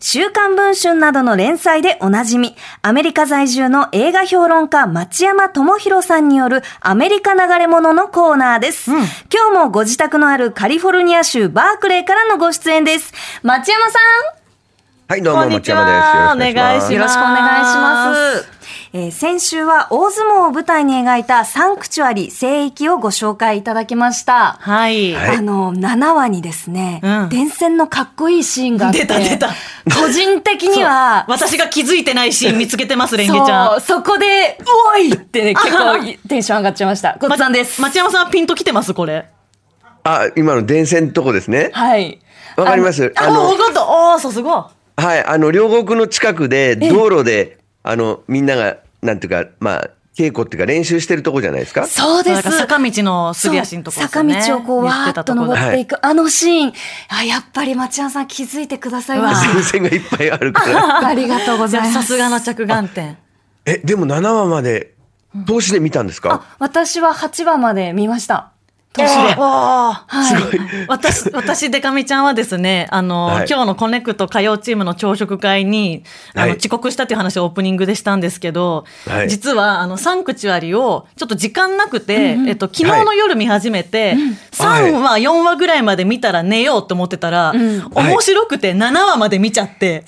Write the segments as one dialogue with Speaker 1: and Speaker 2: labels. Speaker 1: 週刊文春などの連載でおなじみ、アメリカ在住の映画評論家、町山智博さんによるアメリカ流れ物のコーナーです。今日もご自宅のあるカリフォルニア州バークレーからのご出演です。町山さん
Speaker 2: はい、どう
Speaker 3: こ
Speaker 2: も、
Speaker 3: んに
Speaker 2: 町
Speaker 3: ち
Speaker 2: 山です。
Speaker 3: は
Speaker 2: よろしくお願いします。
Speaker 3: お願い
Speaker 1: よろしくお願いします。えー先週は大相撲を舞台に描いたサンクチュアリ聖域をご紹介いただきました。
Speaker 3: はい。
Speaker 2: はい
Speaker 1: あの7話にですね、
Speaker 3: うん
Speaker 1: 電線のかっこいいシーンがあって
Speaker 3: 出た出た
Speaker 1: 個人的には
Speaker 3: そう私が気づいてないシーン見つけてます、レンゲち
Speaker 1: そ
Speaker 3: ゃ
Speaker 1: うそこで「おい!」って ね結構テンション上がっちゃいましたご
Speaker 3: ん。
Speaker 1: っつぁんです、
Speaker 3: ま町山さんはピンときてます、これ。
Speaker 2: あ、今の電線のとこですね。
Speaker 1: はい
Speaker 2: わかります
Speaker 3: あ、
Speaker 2: あの
Speaker 3: わかった。ああ、さすが。
Speaker 2: はい、あの、両国の近くで、道路で、あの、みんなが、なんていうか、まあ、稽古っていうか、練習してるとこじゃないですか。
Speaker 1: そうで
Speaker 3: だか
Speaker 1: す
Speaker 3: ら坂道のすり足のところですよね。
Speaker 1: そう坂道をこうわーっと登
Speaker 2: こ
Speaker 1: っ
Speaker 2: ろ
Speaker 1: ていく、あのシーンあやっぱり町山さん気づいてくださいま
Speaker 3: うわ
Speaker 1: し
Speaker 2: 電線がいっぱいあるから。
Speaker 1: たありがとうご
Speaker 3: じ
Speaker 1: ざ
Speaker 3: ゃ
Speaker 1: いま
Speaker 3: さ
Speaker 1: す
Speaker 3: すがの着眼点。
Speaker 2: え、でも7話まで、投資で見たんですか
Speaker 1: あ私は8話まで見ました
Speaker 3: 年で。わあ
Speaker 1: はい
Speaker 3: 私、私、デカミちゃんはですね、あの、
Speaker 2: はい
Speaker 3: 今日のコネクト火曜チームの朝食会に、あ
Speaker 2: は
Speaker 3: の、
Speaker 2: い
Speaker 3: 遅刻したという話をオープニングでしたんですけど、
Speaker 2: はい
Speaker 3: 実は、あの、サンクチュアリを、ちょっと時間なくて、えっと、昨日の夜見始めて、
Speaker 2: はい
Speaker 3: 3話、4話ぐらいまで見たら寝ようと思ってたら、
Speaker 2: はい
Speaker 3: 面白くて7話まで見ちゃって、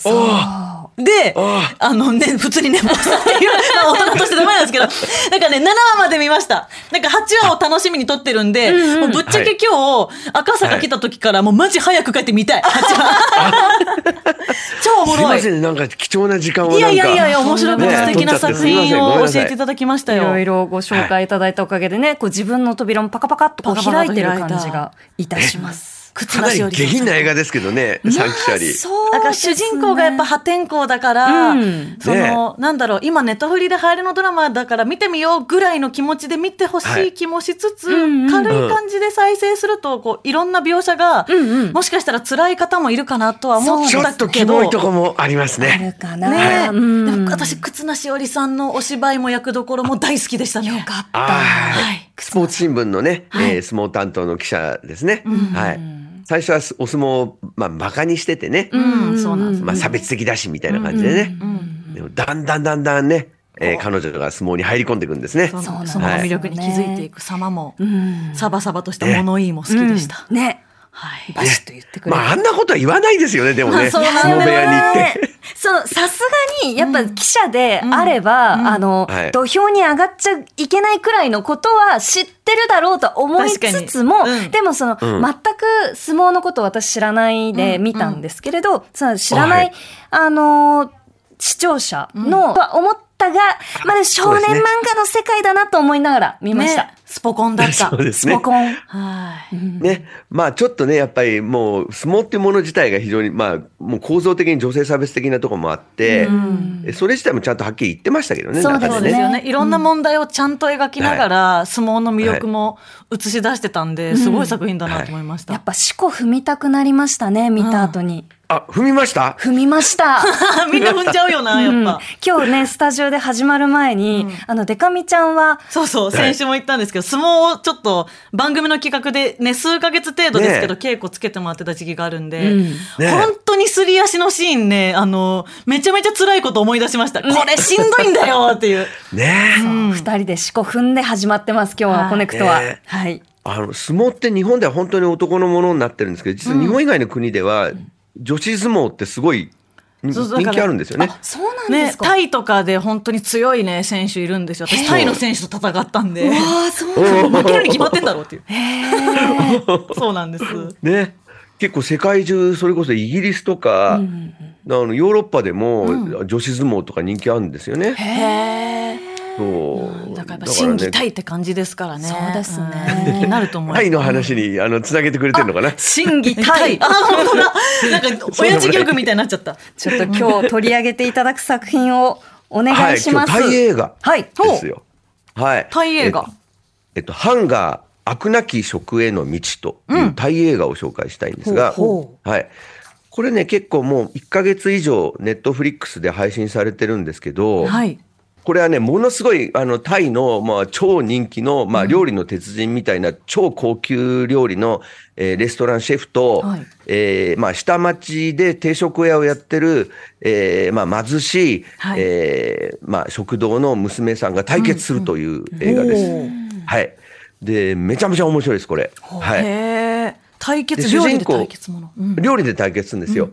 Speaker 3: で、
Speaker 2: あ
Speaker 3: あのね、普通に寝坊したっていう、まあ大人としてダメなんですけど、なんかね、7話まで見ました。なんか8話を楽しみに撮ってるんで、もうぶっちゃ
Speaker 2: は
Speaker 3: け
Speaker 2: い
Speaker 3: 今日、赤坂来た時からもうマジ早く帰って見たい、8話。超おも
Speaker 2: すい
Speaker 3: ろ
Speaker 2: ま
Speaker 3: い。
Speaker 2: せんね、なんか貴重な時間をなん
Speaker 3: い
Speaker 2: か。
Speaker 3: やいやいやいや、面白くて
Speaker 2: ね
Speaker 3: 素敵な作品を教えていただきました
Speaker 1: い
Speaker 3: よ
Speaker 1: ろ。いろご紹介いただいたおかげでね、こう自分の扉もパカパカっとこう
Speaker 3: パカパ
Speaker 1: 開
Speaker 3: カ
Speaker 1: い
Speaker 3: と
Speaker 1: てる
Speaker 3: 開いた
Speaker 1: 感じがいたします。
Speaker 3: 靴
Speaker 2: かな
Speaker 3: な
Speaker 2: り
Speaker 3: し
Speaker 2: 下
Speaker 3: より。
Speaker 2: 品な映画ですけどね、サンクチュアリ。
Speaker 1: そう
Speaker 3: だから主人公がやっぱ破天荒だから、
Speaker 1: うん
Speaker 3: その、なんだろう、今ネットフリで入りのドラマだから見てみようぐらいの気持ちで見てほし
Speaker 2: はい
Speaker 3: い気もしつつ、
Speaker 1: うんうん
Speaker 3: 軽い感じで再生すると、こう、いろんな描写が、
Speaker 1: うんうん
Speaker 3: もしかしたら辛い方もいるかなとは思っ
Speaker 2: ちょったと
Speaker 3: け
Speaker 2: キ
Speaker 3: ど、
Speaker 2: モいとこもあります
Speaker 1: あ
Speaker 2: ね
Speaker 1: る。かな。
Speaker 3: ねえ、
Speaker 1: うん
Speaker 3: でも私、忽那しおりさんのお芝居も役どころも大好きでしたね。よかった。
Speaker 2: あ
Speaker 3: は
Speaker 2: あ
Speaker 3: い。
Speaker 2: スポーツ新聞のね、えー相撲担当の記者ですね。はい。最初はすお相撲を、まあ、馬鹿にしててね、
Speaker 3: うん、そうなんです。
Speaker 2: まあ、差別的だしみたいな感じでね。でもだんだんだんだんね、えー彼女が相撲に入り込んでいくんですね。
Speaker 3: そ
Speaker 1: なん
Speaker 3: の
Speaker 1: です
Speaker 3: その魅力に気づいていく様も、
Speaker 1: ん
Speaker 3: サバサバとした物言いも好きでした。
Speaker 1: ね。
Speaker 3: はい。
Speaker 1: バシッと言ってくれる。
Speaker 2: まあ、あんなことは言わないですよね、でもね。
Speaker 1: そう
Speaker 2: 相撲部屋に行って。
Speaker 1: そのさすがにやっぱ記者であれば、あの、
Speaker 2: はい
Speaker 1: 土俵に上がっちゃいけないくらいのことは知ってるだろうと思いつつも、
Speaker 3: 確かにうん
Speaker 1: でもその、
Speaker 2: うん
Speaker 1: 全く相撲のことを私知らないで見たんですけれど、その知らない、
Speaker 2: はい
Speaker 1: あの視聴者の、とは思ったが、まあ、少年漫
Speaker 2: そうですね
Speaker 1: 画の世界だなと思いながら見ました。
Speaker 3: ね、スポコンだった
Speaker 2: そう。です
Speaker 1: ス
Speaker 2: ね
Speaker 1: ポ。コン。
Speaker 3: はい。
Speaker 2: ね。まあ、ちょっとね、やっぱりもう、相撲っていうもの自体が非常に、まあ、もう構造的に女性差別的なところもあって、えそれ自体もちゃんとはっきり言ってましたけどね、
Speaker 1: そうですね
Speaker 3: そ
Speaker 2: 中
Speaker 3: うですよ
Speaker 1: ね
Speaker 3: ね。いろんな問題をちゃんと描きながら、相撲の魅力も映し出してたんで、すごい作品だなと思いました。
Speaker 1: やっぱ四股踏みたくなりましたね、見た後に。
Speaker 2: あ、踏みました
Speaker 1: 踏みま した。
Speaker 3: みんな踏んじゃうよな、やっぱ。
Speaker 1: 今日ねスタジオで始まる前に、あのデカミちゃんは
Speaker 3: そうそう、先週も言ったんですけど、相撲をちょっと番組の企画でね、数ヶ月程度ですけど、稽古つけてもらってた時期があるんで、
Speaker 2: ね
Speaker 3: 本当にすり足のシーンね、あの、めちゃめちゃ辛いこと思い出しました。これしんどいんだよっていう。
Speaker 2: ねえ。
Speaker 1: 二、人で四股踏んで始まってます今日
Speaker 3: は
Speaker 1: はいコネクトは、
Speaker 2: ね
Speaker 1: はい
Speaker 2: あの相撲って日本では本当に男のものになってるんですけど実は日本以外の国では女子相撲ってすごいに
Speaker 3: そう
Speaker 2: 人
Speaker 3: だか
Speaker 2: 気
Speaker 3: ら
Speaker 2: あるんですよね。
Speaker 1: そうなんで
Speaker 3: ね
Speaker 1: す、か、
Speaker 3: タイとかで本当に強いね、選手いるんですよ。私、タイの選手と戦ったんで。
Speaker 1: ああそうなん
Speaker 3: 負けるに決まってんだろうっていう。
Speaker 1: へー
Speaker 3: そうなんです。
Speaker 2: ね結構世界中それこそイギリスとか、あのヨーロッパでも女子相撲とか人気あるんですよね。
Speaker 3: へえ。
Speaker 2: そう
Speaker 3: だからやっ
Speaker 2: だから
Speaker 3: ぱ心技
Speaker 2: ね
Speaker 3: 体って感じですからね。
Speaker 1: そうですね
Speaker 3: うん人気になると思います
Speaker 2: 愛の話にあのつなげてくれてるのかな。
Speaker 1: 審議
Speaker 3: タ
Speaker 1: タイ
Speaker 3: イ。あ、本当だ。なんか親父ギャグみたいになっちゃった。
Speaker 1: ちょっと今日取り上げていただく作品をお願いします、
Speaker 2: はい、今日タイ映画
Speaker 1: はい
Speaker 2: ですよ。はい。
Speaker 3: タイ映画
Speaker 2: えっと。えっと、ハンガー、飽くなき食への道というタイ映画を紹介したいんですが、
Speaker 1: ほ
Speaker 2: はい。これね、結構もう1ヶ月以上、ネットフリックスで配信されてるんですけど、
Speaker 3: はい。
Speaker 2: これはね、ものすごい、あの、タイの、まあ、超人気の、まあ、料理の鉄人みたいな、超高級料理の、えーレストランシェフと、
Speaker 3: はい
Speaker 2: えーまあ、下町で定食屋をやってる、えーまあ、貧しい、
Speaker 3: はい
Speaker 2: えーまあ、食堂の娘さんが対決するという映画です。
Speaker 3: おー
Speaker 2: はい。で、めちゃめちゃ面白いです、これ。はい。
Speaker 3: へえ。対
Speaker 2: で
Speaker 3: 決、
Speaker 2: 主
Speaker 3: 料理
Speaker 2: 人
Speaker 3: で
Speaker 2: 公
Speaker 3: 対決もの。うん
Speaker 2: 料理で対決するんですよ。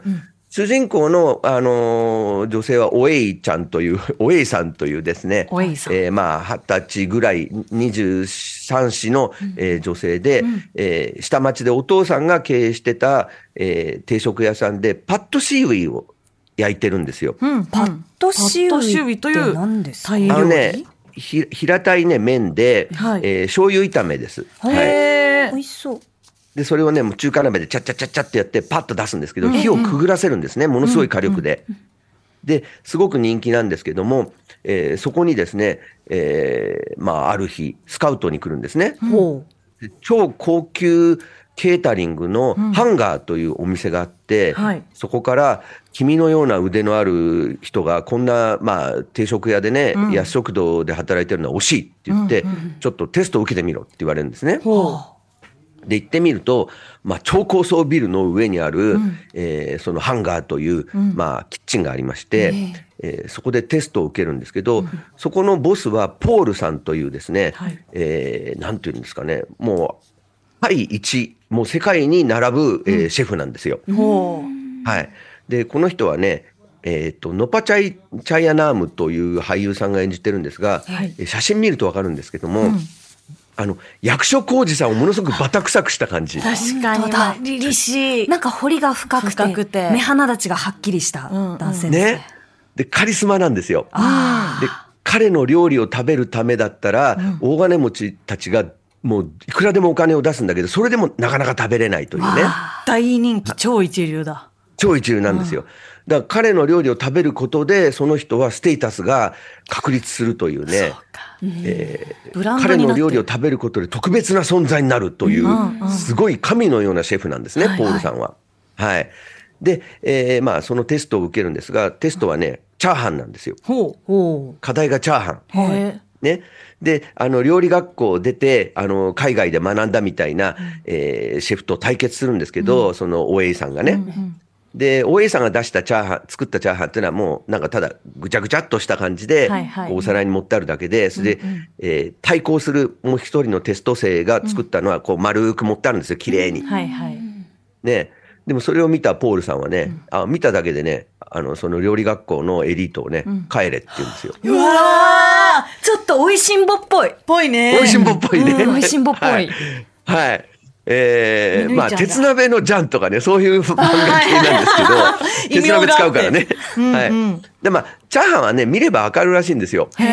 Speaker 2: 主人公の、あのー女性はおえいちゃんという、 おえいさんというですね、
Speaker 3: おえいさん
Speaker 2: えーまあ、二十歳ぐらい、23歳の、えー女性で、えー下町でお父さんが経営してた、えー定食屋さんで、パッドシーウィーを焼いてるんですよ。
Speaker 3: うん。
Speaker 1: パッドシ
Speaker 3: パッドシ
Speaker 1: ュ
Speaker 3: ュウ
Speaker 1: ウイ
Speaker 3: イ
Speaker 1: っ
Speaker 3: と
Speaker 1: て
Speaker 3: いう
Speaker 1: 何ですか
Speaker 3: タイ料
Speaker 2: あの
Speaker 3: 理。
Speaker 2: ね、ひ平たいね、麺で、
Speaker 3: はい
Speaker 2: えー醤油炒めです。はい。
Speaker 3: へ
Speaker 1: 美
Speaker 3: え。
Speaker 1: 味しそう。
Speaker 2: で、それをね、もう中華鍋でチャッチャッチャッチャってやって、パッと出すんですけど、火をくぐらせるんですね。ものすごい火力で。で、すごく人気なんですけども、えーそこにですね、えーまあ、ある日、スカウトに来るんですね。
Speaker 3: ほ
Speaker 2: で超高級ケータリングのハンガーというお店があって、
Speaker 3: はい
Speaker 2: そこから君のような腕のある人がこんな、まあ、定食屋でね、安食堂で働いてるのは惜しいって言って、ちょっとテストを受けてみろって言われるんですね。
Speaker 3: う。ほ
Speaker 2: で行ってみると、まあ、超高層ビルの上にある、えーそのハンガーという、まあ、キッチンがありまして、えーそこでテストを受けるんですけど、そこのボスはポールさんというですね、
Speaker 3: はい
Speaker 2: えーなんていうんですかねもう第一もう世界に並ぶ、えーシェフなんですよ。
Speaker 3: う。ほう。
Speaker 2: はい、でこの人はねえー、とノパチャイチャイアナームという俳優さんが演じてるんですが、
Speaker 3: はい
Speaker 2: えー写真見ると分かるんですけども、あの役所広司さんをものすごくバタ臭くした感じ。
Speaker 3: 確か
Speaker 1: 本当
Speaker 3: に。
Speaker 1: だ
Speaker 3: まありりしい。
Speaker 1: なんか彫りが深くて
Speaker 3: 深くて
Speaker 1: 目鼻立ちがはっきりした男性ですね。
Speaker 2: ね。で、カリスマなんですよ。
Speaker 1: あ
Speaker 2: で、彼の料理を食べるためだったら、大金持ちたちが、もういくらでもお金を出すんだけど、それでもなかなか食べれないというね、
Speaker 3: 大人気、超一流だ。
Speaker 2: 超一流なんですよ。だから彼の料理を食べることで、その人はステータスが確立するというね、えー
Speaker 3: ブランド
Speaker 2: 彼
Speaker 3: にな
Speaker 2: の
Speaker 3: ってる
Speaker 2: 料理を食べることで特別な存在になるという
Speaker 3: うんう、ん
Speaker 2: すごい神のようなシェフなんですね、
Speaker 3: はい
Speaker 2: ポールさんは。はい。で、えーまあ、そのテストを受けるんですが、テストはね、チャーハンなんですよ。
Speaker 3: ほう。ほ
Speaker 2: 課題がチャーハン。
Speaker 3: う。へえ。
Speaker 2: ね。で、あの、料理学校を出て、あの、海外で学んだみたいな、えーシェフと対決するんですけど、その、おえいさんがね。で、おえいさんが出したチャーハン、作ったチャーハンっていうのはもう、なんかただ、ぐちゃぐちゃっとした感じで、
Speaker 3: はいはい
Speaker 2: こうお皿に盛ってあるだけで、それで、えー対抗するもう一人のテスト生が作ったのは、こう、丸く盛ってあるんですよ、綺麗に。
Speaker 3: はいはい。
Speaker 2: ね。でもそれを見たポールさんはね、あ見ただけでね、あの、その料理学校のエリートをね、帰れって言うんですよ。
Speaker 3: うわー
Speaker 1: ーちょっと美味しんぼっぽい。
Speaker 3: ぽいね。
Speaker 2: 美味しんぼっぽいね。
Speaker 1: うん美味しんぼっぽい
Speaker 2: はい。はいえー、
Speaker 3: 見抜
Speaker 2: ま
Speaker 3: いちゃうんだ
Speaker 2: あ、鉄鍋のジャンとかね、そういう番組なんです けど、
Speaker 3: 異
Speaker 2: 鉄
Speaker 3: 名があって
Speaker 2: 鍋使うからね。は
Speaker 3: うんう
Speaker 2: い。で、まあ、チャーハンはね、見ればわかるらしいんですよ。
Speaker 3: へ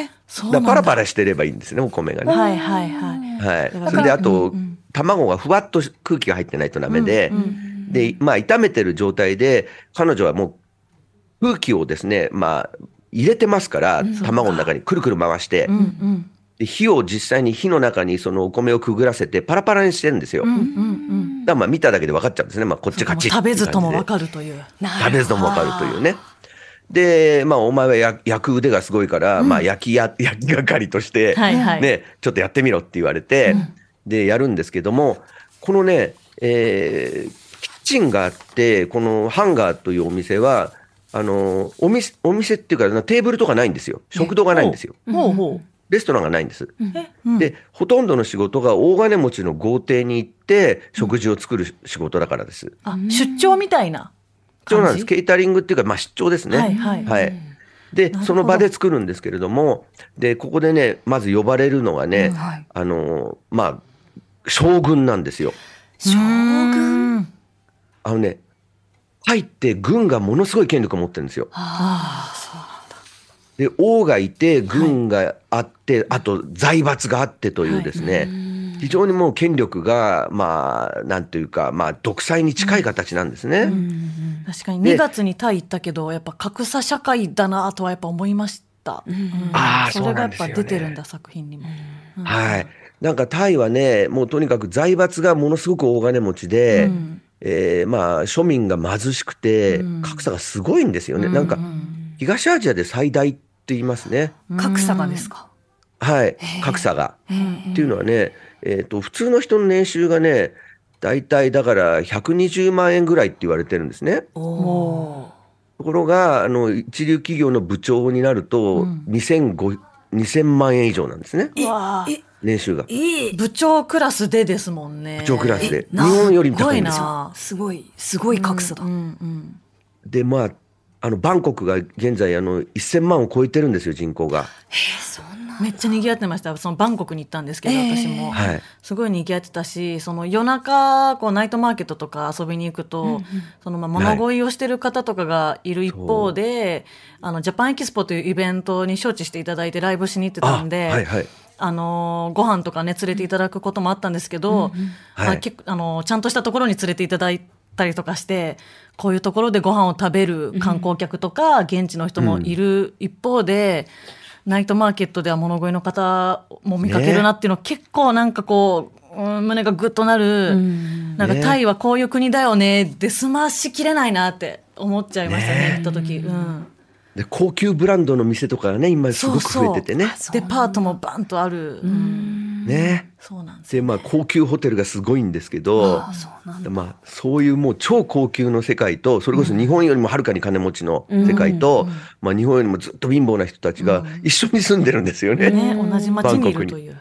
Speaker 3: え。そ
Speaker 2: だ
Speaker 3: う
Speaker 2: か
Speaker 3: な
Speaker 2: ら
Speaker 3: んだ。
Speaker 2: パラパラしてればいいんですね、お米がね。は
Speaker 3: はいはいはい。
Speaker 2: い。それで、あと、卵がふわっと空気が入ってないとダメで、で、まあ、炒めてる状態で、彼女はもう、空気をですね、まあ、入れてますから、卵の中にくるくる回して、
Speaker 3: うんうん
Speaker 2: で火を実際に火の中にそのお米をくぐらせてパラパラにしてるんですよ。
Speaker 3: うん
Speaker 2: だか
Speaker 3: うん
Speaker 2: らまあ見ただけで分かっちゃうんですね。まあこっ
Speaker 3: う
Speaker 2: ち
Speaker 3: ん。も
Speaker 2: 勝ち。
Speaker 3: う食べずともわ
Speaker 2: 分る。
Speaker 3: かるという。
Speaker 2: 食べずとも分かるというね。で、まあお前はや焼く腕がすごいから、まあ焼きや、 焼き係として、
Speaker 3: はいはい
Speaker 2: ね、ちょっとやってみろって言われて、で、やるんですけども、このね、えーキッチンがあって、このハンガーというお店は、あの、お店、お店っていうかテーブルとかないんですよ。食堂がないんですよ。
Speaker 3: ほうほ
Speaker 2: レストランがないんです。
Speaker 3: う。えうん
Speaker 2: で、ほとんどの仕事が大金持ちの豪邸に行って食事を作る仕事だからです。
Speaker 3: あ出張みたいな
Speaker 2: そう
Speaker 3: 感じ。
Speaker 2: なんです。ケータリングっていうか、まあ出張ですね。
Speaker 3: はいはい
Speaker 2: で
Speaker 3: ほ、ど
Speaker 2: その場で作るんですけれども、で、ここでね、まず呼ばれるのがね、
Speaker 1: はい
Speaker 2: あの、まあ、将軍なんですよ。
Speaker 1: 将軍。
Speaker 3: 軍。
Speaker 2: あのね、入って軍がものすごい権力を持ってるんですよ。
Speaker 3: ああ、
Speaker 2: で、王がいて、軍があって、あと財閥があってというですね、非常にもう権力が、まあ、なんというか、まあ、独裁に近い形なんですね。
Speaker 3: 確かに
Speaker 2: で
Speaker 3: 2月にタイ行ったけど、やっぱ格差社会だなとはやっぱ思いました。うん
Speaker 2: あー
Speaker 3: それがや
Speaker 2: そうなん
Speaker 3: っぱ
Speaker 2: ですよね
Speaker 3: 出てるんだ、作品にも。
Speaker 2: はい。なんかタイはね、もうとにかく財閥がものすごく大金持ちで、
Speaker 3: うん
Speaker 2: えーまあ、庶民が貧しくて
Speaker 3: うん、
Speaker 2: 格差がすごいんですよね。なんか、東アジアで最大言いますね。
Speaker 4: 格差がですか。
Speaker 2: はい、格差が。っていうのはね、えっ、と、普通の人の年収がね、大体だから120万円ぐらいって言われてるんですね。
Speaker 4: お
Speaker 2: ところが、あの、一流企業の部長になると、2005 2000万円以上なんですね。
Speaker 3: わあ
Speaker 4: え
Speaker 2: 年収が。部
Speaker 4: ええ
Speaker 3: 部長クラスでですもんね。
Speaker 2: 長クラスで。
Speaker 4: え
Speaker 2: 日
Speaker 4: な
Speaker 2: 本より
Speaker 3: すご
Speaker 2: 高い
Speaker 3: い
Speaker 2: んですよ。
Speaker 3: な。
Speaker 4: すごいすごい格差だ。
Speaker 3: うんうん
Speaker 2: で、まあ、あの、バンコクが現在、あの、1000万を超えてるんですよ、人口が。
Speaker 3: うんめっちゃ賑わってました。そのバンコクに行ったんですけど、
Speaker 4: ええ
Speaker 3: 私も、
Speaker 2: はい
Speaker 3: すごい賑わってたし、その夜中こうナイトマーケットとか遊びに行くと、そのまあ
Speaker 2: は
Speaker 3: 物
Speaker 2: い
Speaker 3: 乞いをしてる方とかがいる一方で、あのジャパンエキスポというイベントに招致していただいてライブしに行ってたんで、
Speaker 2: はいはい。
Speaker 3: あのご飯とかね連れていただくこともあったんですけど、ま
Speaker 2: は
Speaker 3: あ、
Speaker 2: い
Speaker 3: 結構あのちゃんとしたところに連れていただいたりとかしてこういうところでご飯を食べる観光客とか、現地の人もいる一方で、ナイトマーケットでは物乞いの方も見かけるなっていうのは、結構なんかこう、うん胸がグッとなる、なんか
Speaker 2: ね
Speaker 3: タイはこういう国だよねで済ましきれないなって思っちゃいましたね
Speaker 2: ね
Speaker 3: 行った時。うん
Speaker 2: で、高級ブランドの店とかがね、今すごく増えててね。
Speaker 3: デパートもバンとある、うん
Speaker 2: ね。
Speaker 3: そうなんです
Speaker 2: で、まあ、高級ホテルがすごいんですけど、まあ、そういうもう超高級の世界と、それこそ日本よりもはるかに金持ちの世界と、まあ、日本よりもずっと貧乏な人たちが一緒に住んでるんですよね。
Speaker 3: ね、同じ町にいるという。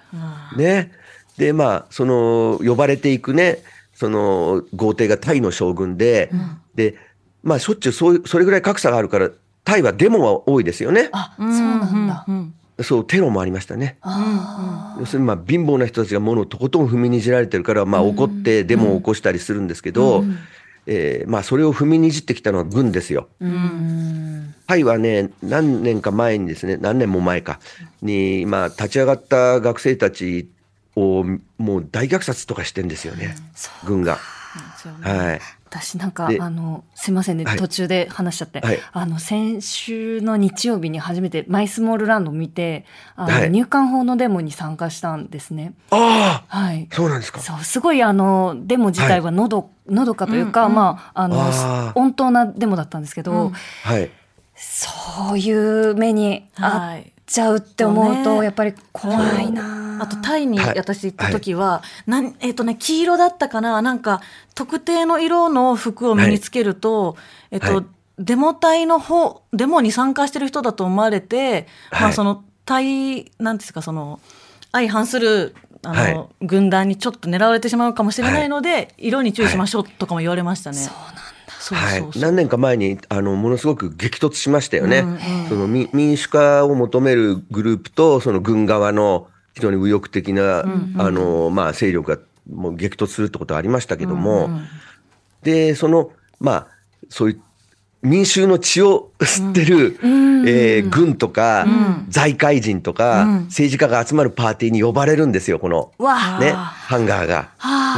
Speaker 2: ね。で、まあ、その、呼ばれていくね、その、豪邸がタイの将軍で、で、まあ、しょっちゅうそういう、それぐらい格差があるから、タイはデモは多いですよね。
Speaker 4: あ、そう
Speaker 3: うん
Speaker 4: なんだ。。
Speaker 3: うんうん
Speaker 2: そう、テロもありましたね。
Speaker 4: あ
Speaker 2: 要するに、まあ、貧乏な人たちが物をとことん踏みにじられてるから、まあ、怒ってデモを起こしたりするんですけど、えーまあ、それを踏みにじってきたのは軍ですよ。
Speaker 4: ーうん。
Speaker 2: タイはね、何年か前にですね、何年も前か、に、まあ、立ち上がった学生たちを、もう大虐殺とかしてんですよね、軍が。はい。
Speaker 4: 私なんか
Speaker 2: で
Speaker 4: あのすいませんね、
Speaker 2: はい
Speaker 4: 途中で話しちゃって、
Speaker 2: はい
Speaker 4: あの先週の日曜日に初めてマイスモールランドを見てあの、
Speaker 2: はい
Speaker 4: 入管法のデモに参加したんですね。
Speaker 2: あ
Speaker 4: はい
Speaker 2: あ、そうなんですか。
Speaker 4: そうすごいあのデモ自体はのど,、のどかというか、
Speaker 3: うんうん
Speaker 4: まああの
Speaker 2: あー
Speaker 4: 温当なデモだったんですけど、
Speaker 3: うん
Speaker 2: はい。
Speaker 4: そういう目にあ
Speaker 3: はい
Speaker 4: っちゃうって思う
Speaker 3: そう
Speaker 4: と、
Speaker 3: ね
Speaker 4: やっぱり怖いな
Speaker 3: あとタイに
Speaker 2: はい
Speaker 3: 私行った時は、なんえっ、とね黄色だったかななんか特定の色の服を身につけると、えっ、と、
Speaker 2: はい
Speaker 3: デモ隊の方デモに参加してる人だと思われて、ま
Speaker 2: は
Speaker 3: あ
Speaker 2: い
Speaker 3: その対なんですかその相反するあの、
Speaker 2: はい
Speaker 3: 軍団にちょっと狙われてしまうかもしれないので、色に注意しましょうとかも言われましたね。そうなんだ。
Speaker 2: は
Speaker 3: そう
Speaker 2: い
Speaker 3: そう。そう。
Speaker 2: 何年か前に、あの、ものすごく激突しましたよね。
Speaker 3: うんうん
Speaker 2: その民民主化を求めるグループと、その軍側の非常に右翼的な、あの、まあ、勢力がもう激突するってことはありましたけども、で、その、まあ、そういう、民衆の血を吸ってる、えー軍とか、財界人とか、政治家が集まるパーティーに呼ばれるんですよ、この、
Speaker 3: わあ
Speaker 2: ね、ハンガーが。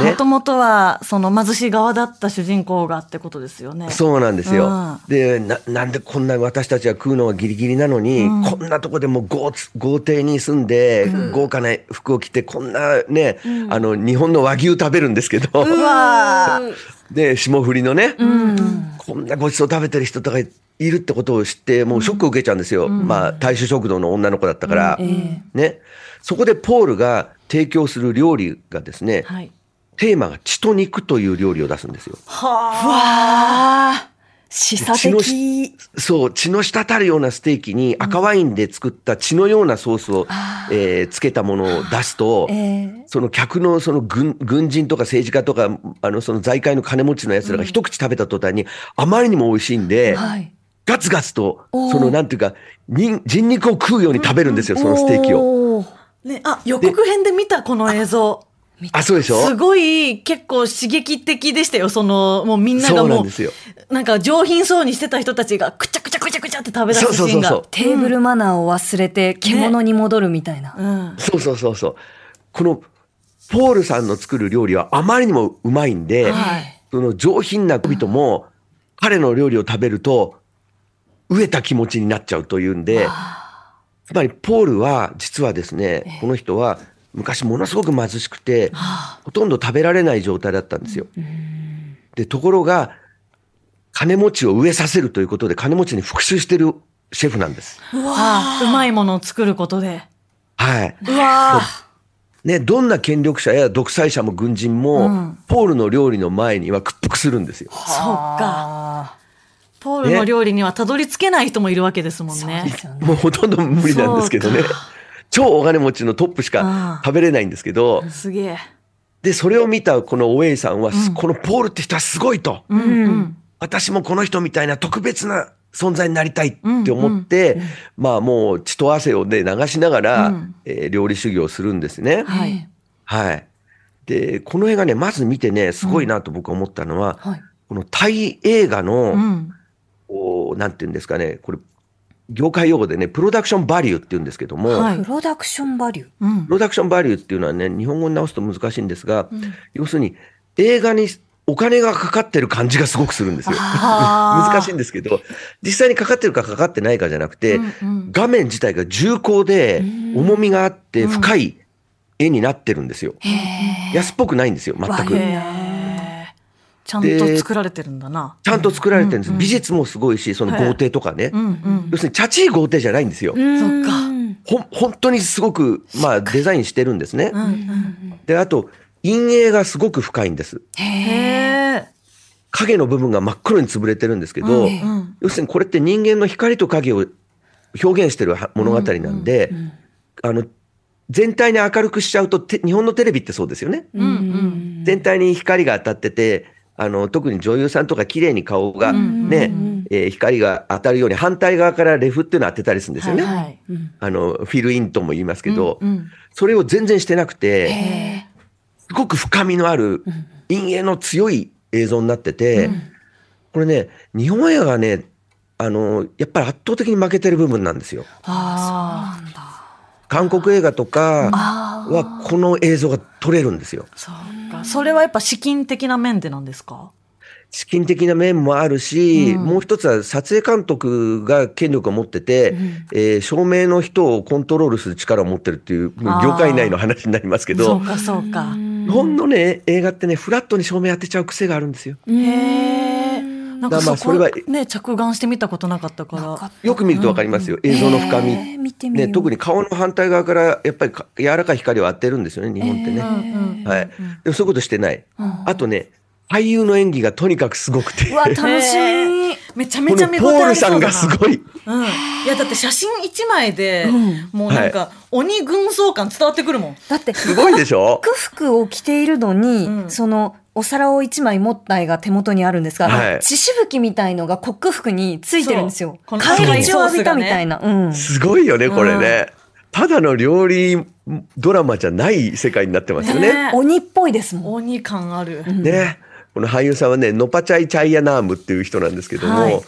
Speaker 3: もともとはその貧しい側だった主人公がってことですよね。
Speaker 2: そうなんですよ。
Speaker 3: うん
Speaker 2: でな、なんでこんな私たちは食うのはギリギリなのに、こんなとこでもう豪豪邸に住んで、豪華な服を着て、こんなね、あの、日本の和牛食べるんですけど、
Speaker 3: わ
Speaker 2: で、霜降りのね、こんなごちそう食べてる人とかいるってことを知って、もうショックを受けちゃうんですよ。まあ、大衆食堂の女の子だったから、ね。そこでポールが提供する料理がですね、
Speaker 3: はい。
Speaker 2: テーマが血と肉という料理を出すんですよ。
Speaker 4: あ示唆
Speaker 2: 血のし
Speaker 4: 的
Speaker 2: そう、血の滴るようなステーキに赤ワインで作った血のようなソースを、えーつけたものを出すと、
Speaker 4: え
Speaker 2: その客のその軍軍人とか政治家とか、あのその財界の金持ちの奴らが一口食べた途端に、あまりにも美味しいんで、
Speaker 4: はい
Speaker 2: ガツガツと、
Speaker 4: おー
Speaker 2: そのなんていうか、人人肉を食うように食べるんですよ、そのステーキを。
Speaker 4: を
Speaker 3: ね、あ、予告編で見たこの映像。
Speaker 2: あ、そうでしょ
Speaker 3: すごい、結構刺激的でしたよ。その、もうみんな
Speaker 2: そ
Speaker 3: が
Speaker 2: うな
Speaker 3: も
Speaker 2: ん
Speaker 3: う
Speaker 2: ですよ。
Speaker 3: なんか上品そうにしてた人たちが、くちゃくちゃくちゃくちゃって食べ出
Speaker 2: そう
Speaker 3: すシ
Speaker 2: そう
Speaker 3: ー
Speaker 2: そ
Speaker 3: ン
Speaker 2: う
Speaker 3: が。
Speaker 2: そう。
Speaker 4: テーブルマナーを忘れて獣に戻るみたいな、
Speaker 3: うん。
Speaker 2: そうそうそうそう。この、ポールさんの作る料理はあまりにもうまいんで、
Speaker 3: はい
Speaker 2: その上品な人も、彼の料理を食べると、飢えた気持ちになっちゃうというんで、つまりポールは、実はですね、この人は、昔ものすごく貧しくて、ほとんど食べられない状態だったんですよ。で、ところが、金持ちを飢えさせるということで、金持ちに復讐してるシェフなんです。
Speaker 3: あうまいものを作ることで。
Speaker 2: はい。
Speaker 3: うわー
Speaker 2: ね、どんな権力者や独裁者も軍人も、ポールの料理の前には屈服するんですよ。
Speaker 3: そっか。ポールの料理にはたどり着けない人もいるわけですもんね。
Speaker 2: もうほとんど無理なんですけど ね
Speaker 3: そう。
Speaker 2: 超お金持ちのトップしか食べれないんですけど、
Speaker 3: すげえ。
Speaker 2: で、それを見たこのオウェイさんは、このポールって人はすごいと。
Speaker 3: うんうん。
Speaker 2: 私もこの人みたいな特別な存在になりたいって思って、まあもう血と汗をね、流しながら、
Speaker 3: うん
Speaker 2: えー料理修行をするんですね。
Speaker 3: はい。
Speaker 2: はい。で、この映画ね、まず見てね、すごいなと僕は思ったのは、
Speaker 4: はい
Speaker 2: このタイ映画の、
Speaker 3: うん。
Speaker 2: こうなんていうんですかね、これ、業界用語でね、プロダクションバリューって言うんですけども、
Speaker 3: はい
Speaker 1: プ。ロダクションバリュー。
Speaker 3: うん
Speaker 2: プ。ロダクションバリューっていうのはね、日本語に直すと難しいんですが、要するに映画にお金がかかってる感じがすごくするんですよ。難
Speaker 3: 難
Speaker 2: しいんですけど、実際にかかってるかかかってないかじゃなくて、
Speaker 3: うんうん
Speaker 2: 画面自体が重厚で重みがあって深い絵になってるんですよ。安っぽくないんですよ、全く。
Speaker 3: へーちゃんと作られてるんだな。
Speaker 2: ちゃんと作られてるんです。
Speaker 3: うんうん
Speaker 2: 美術もすごいし、その
Speaker 3: はい
Speaker 2: 豪邸とかね。
Speaker 3: うんうん
Speaker 2: 要。するに、チャチい豪邸じゃないんですよ。
Speaker 3: そっか
Speaker 2: ほん本当にすごく、まあ、デザインしてるんですね
Speaker 3: う。んうん
Speaker 2: で、あと、陰影がすごく深いんです。
Speaker 3: へえ。
Speaker 2: 影の部分が真っ黒に潰れてるんですけど、
Speaker 3: うん
Speaker 2: 要するにこれって人間の光と影を表現してるは物語なんで、あの、全体に明るくしちゃうと、て日本のテレビってそうですよね。
Speaker 3: うんうん
Speaker 2: 全体に光が当たってて、あの、特に女優さんとか綺麗に顔が
Speaker 3: うん
Speaker 2: ね、えー光が当たるように反対側からレフっていうのを当てたりするんですよね。
Speaker 3: はい。
Speaker 2: あの、フィルインとも言いますけど、
Speaker 3: うんうん
Speaker 2: それを全然してなくて、
Speaker 3: へ
Speaker 2: すごく深みのある、陰影の強い映像になってて、これね、日本映画がね、あの、やっぱり圧倒的に負けてる部分なんですよ。
Speaker 3: あ
Speaker 2: 韓国映画とかは、この映像が撮れるんですよ。
Speaker 3: あ、そうか。それはやっぱ資金的な面でなんですか。
Speaker 2: 資金的な面もあるし、もう一つは撮影監督が権力を持ってて、えー照明の人をコントロールする力を持ってるっていう、もう業界内の話になりますけ
Speaker 3: そ
Speaker 2: ど
Speaker 3: う、かそうか。
Speaker 2: 日本のね、映画ってね、フラットに照明当てちゃう癖があるんですよ。
Speaker 3: へえ。なんか
Speaker 2: だからまあ
Speaker 3: そ
Speaker 2: そ
Speaker 3: こ
Speaker 2: れは
Speaker 3: ね着眼してみたことなかったから。
Speaker 2: よく見るとわかりますよ。映像の深み。
Speaker 1: 見てみよう。
Speaker 2: ね、特に顔の反対側からやっぱりか柔らかい光を当てるんですよね、日本ってね。
Speaker 3: うん
Speaker 2: はい。でもそういうことしてない。あとね、俳優の演技がとにかくすごくて。
Speaker 4: うわ、楽しみ。
Speaker 3: へめちゃめ
Speaker 2: こ
Speaker 3: ちゃ
Speaker 2: の
Speaker 3: 見
Speaker 2: ポ
Speaker 3: 応え
Speaker 2: ー
Speaker 3: あ
Speaker 2: ル
Speaker 3: りそ
Speaker 2: さ
Speaker 3: うんだ
Speaker 2: が
Speaker 3: な。
Speaker 2: すごい。
Speaker 3: うん、いやだって写真一枚で、もうなんか、鬼軍曹感伝わってくるもん。
Speaker 1: だって、
Speaker 2: すごいでしょ
Speaker 1: 服服を着ているのに、
Speaker 3: うん
Speaker 1: そのお皿を一枚持った絵が手元にあるんですが、
Speaker 2: はい
Speaker 1: 血しぶきみたいのがコック服についてるんです
Speaker 3: そう
Speaker 1: よ。
Speaker 3: こ
Speaker 1: 帰
Speaker 3: の
Speaker 1: り血を浴びたみたいな。うん。
Speaker 2: すごいよね、これね。ただの料理ドラマじゃない世界になってますよね。
Speaker 1: 鬼っぽいですもん。
Speaker 3: 鬼感ある。
Speaker 2: ね。この俳優さんはね、ノパチャイ・チャイヤナームっていう人なんですけども、
Speaker 3: はい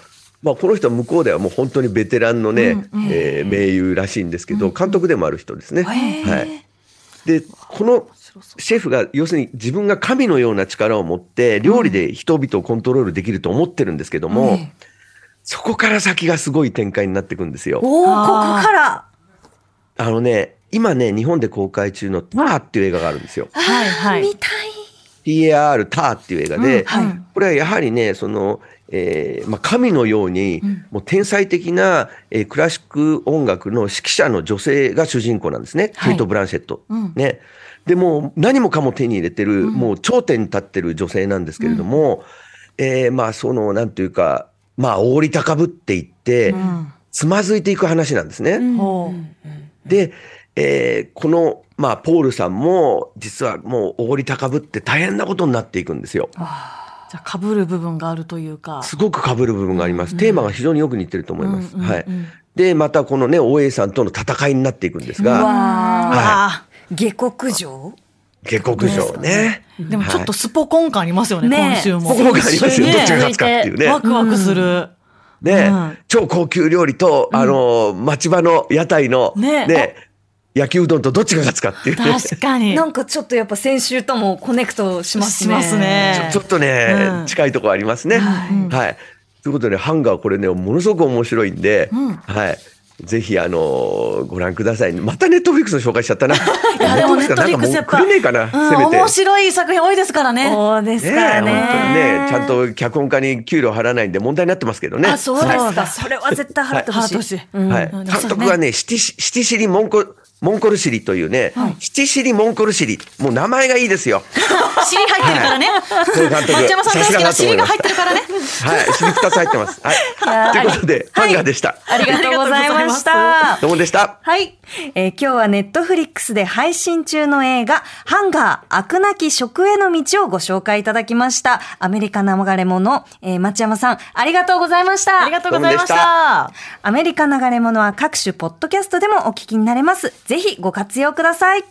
Speaker 2: まあこの人は向こうではもう本当にベテランのね、えー名優らしいんですけど、監督でもある人ですね。はい。で、このシェフが、要するに自分が神のような力を持って、料理で人々をコントロールできると思ってるんですけども、そこから先がすごい展開になっていくんですよ。
Speaker 1: おお、ここ
Speaker 3: あー
Speaker 1: から。
Speaker 2: あのね、今ね、日本で公開中のターっていう映画があるんですよ。
Speaker 3: はいはい。
Speaker 1: 見たい。
Speaker 2: TAR ターっていう映画で、
Speaker 3: うんはい
Speaker 2: これはやはりね、その、えーまあ、神のように、もう天才的な、えークラシック音楽の指揮者の女性が主人公なんですね。
Speaker 3: はい
Speaker 2: ケイト・ブランシェット。
Speaker 3: うん
Speaker 2: ね。でもう何もかも手に入れてる、もう頂点に立ってる女性なんですけれども、えーまあその、なんていうか、まあ、おごり高ぶっていって、
Speaker 3: うん
Speaker 2: つまずいていく話なんですね。
Speaker 3: ほ
Speaker 2: で、えーこの、まあ、ポールさんも、実はもう、おごり高ぶって大変なことになっていくんですよ。
Speaker 3: うじゃあ被る部分があるというか。
Speaker 2: すごく被る部分があります。テーマが非常によく似てると思います。
Speaker 3: うんうんうん
Speaker 2: はい。で、またこのね、大江さんとの戦いになっていくんです
Speaker 1: う
Speaker 2: が、
Speaker 1: わ
Speaker 2: は
Speaker 1: ー。下克上
Speaker 2: 下克上ね。
Speaker 3: い。でもちょっとスポコン感ありますよね、
Speaker 1: ねえ
Speaker 3: 今週も。
Speaker 2: 僕もありますよ。
Speaker 3: ね
Speaker 2: どっちが勝つかっていうね
Speaker 3: ワ。クワクする。
Speaker 2: ね、
Speaker 3: うん
Speaker 2: 超高級料理と、あのー、町場の屋台の、
Speaker 3: ね
Speaker 2: ね、焼きうどんとどっちが勝つかっていうね。
Speaker 3: 確かに。
Speaker 1: なんかちょっとやっぱ先週ともコネクトします
Speaker 3: し
Speaker 1: ね。
Speaker 3: ます。ね
Speaker 2: ちょ。っとね、
Speaker 3: うん
Speaker 2: 近いところありますね。はい。ということで、ハンガーこれね、ものすごく面白いんで、はい。ぜひ、あのーご覧ください。またネットフリックスの紹介しちゃった な。い
Speaker 3: やでもネットフリックスや
Speaker 2: なん
Speaker 3: っ
Speaker 2: か
Speaker 3: ぱ
Speaker 2: もうくれねえかな、
Speaker 3: うん
Speaker 2: せめて。
Speaker 3: 面白い作品多いですからね。
Speaker 4: そうです
Speaker 2: ね
Speaker 4: から
Speaker 2: え、本当に
Speaker 4: ね。
Speaker 2: ね、ちゃんと脚本家に給料払わないんで問題になってますけどね。
Speaker 1: あ、そうです
Speaker 3: そう
Speaker 1: か。
Speaker 3: だ
Speaker 1: それは絶対払ってほ
Speaker 3: ハ
Speaker 1: し
Speaker 3: ー
Speaker 1: い
Speaker 3: ト。氏。
Speaker 2: はい。
Speaker 3: うん
Speaker 2: 監督はね、シティシシティシリモンコ、モンコルシリというね、シティシリモンコルシリ。もう名前がいいですよ。
Speaker 3: 尻入ってるからね。
Speaker 2: そういう監督
Speaker 3: 松山さん大好き
Speaker 2: さ
Speaker 3: な
Speaker 2: すがだ
Speaker 3: 尻
Speaker 2: と思いま
Speaker 3: が
Speaker 2: す
Speaker 3: 入ってるからね。
Speaker 2: はい。シリ2つ入ってます。はい。ということで、ハンガーでした。
Speaker 4: ありがとうございまし
Speaker 3: あり
Speaker 4: た。
Speaker 2: どうもでした。
Speaker 1: はい。えー今日はネットフリックスで配信中の映画、ハンガー、飽くなき食への道をご紹介いただきました。アメリカ流れ物、えー、町山さん、ありがとうございました。
Speaker 3: ありがとうございました。
Speaker 1: アメリカ流れ物は各種ポッドキャストでもお聞きになれます。ぜひご活用ください。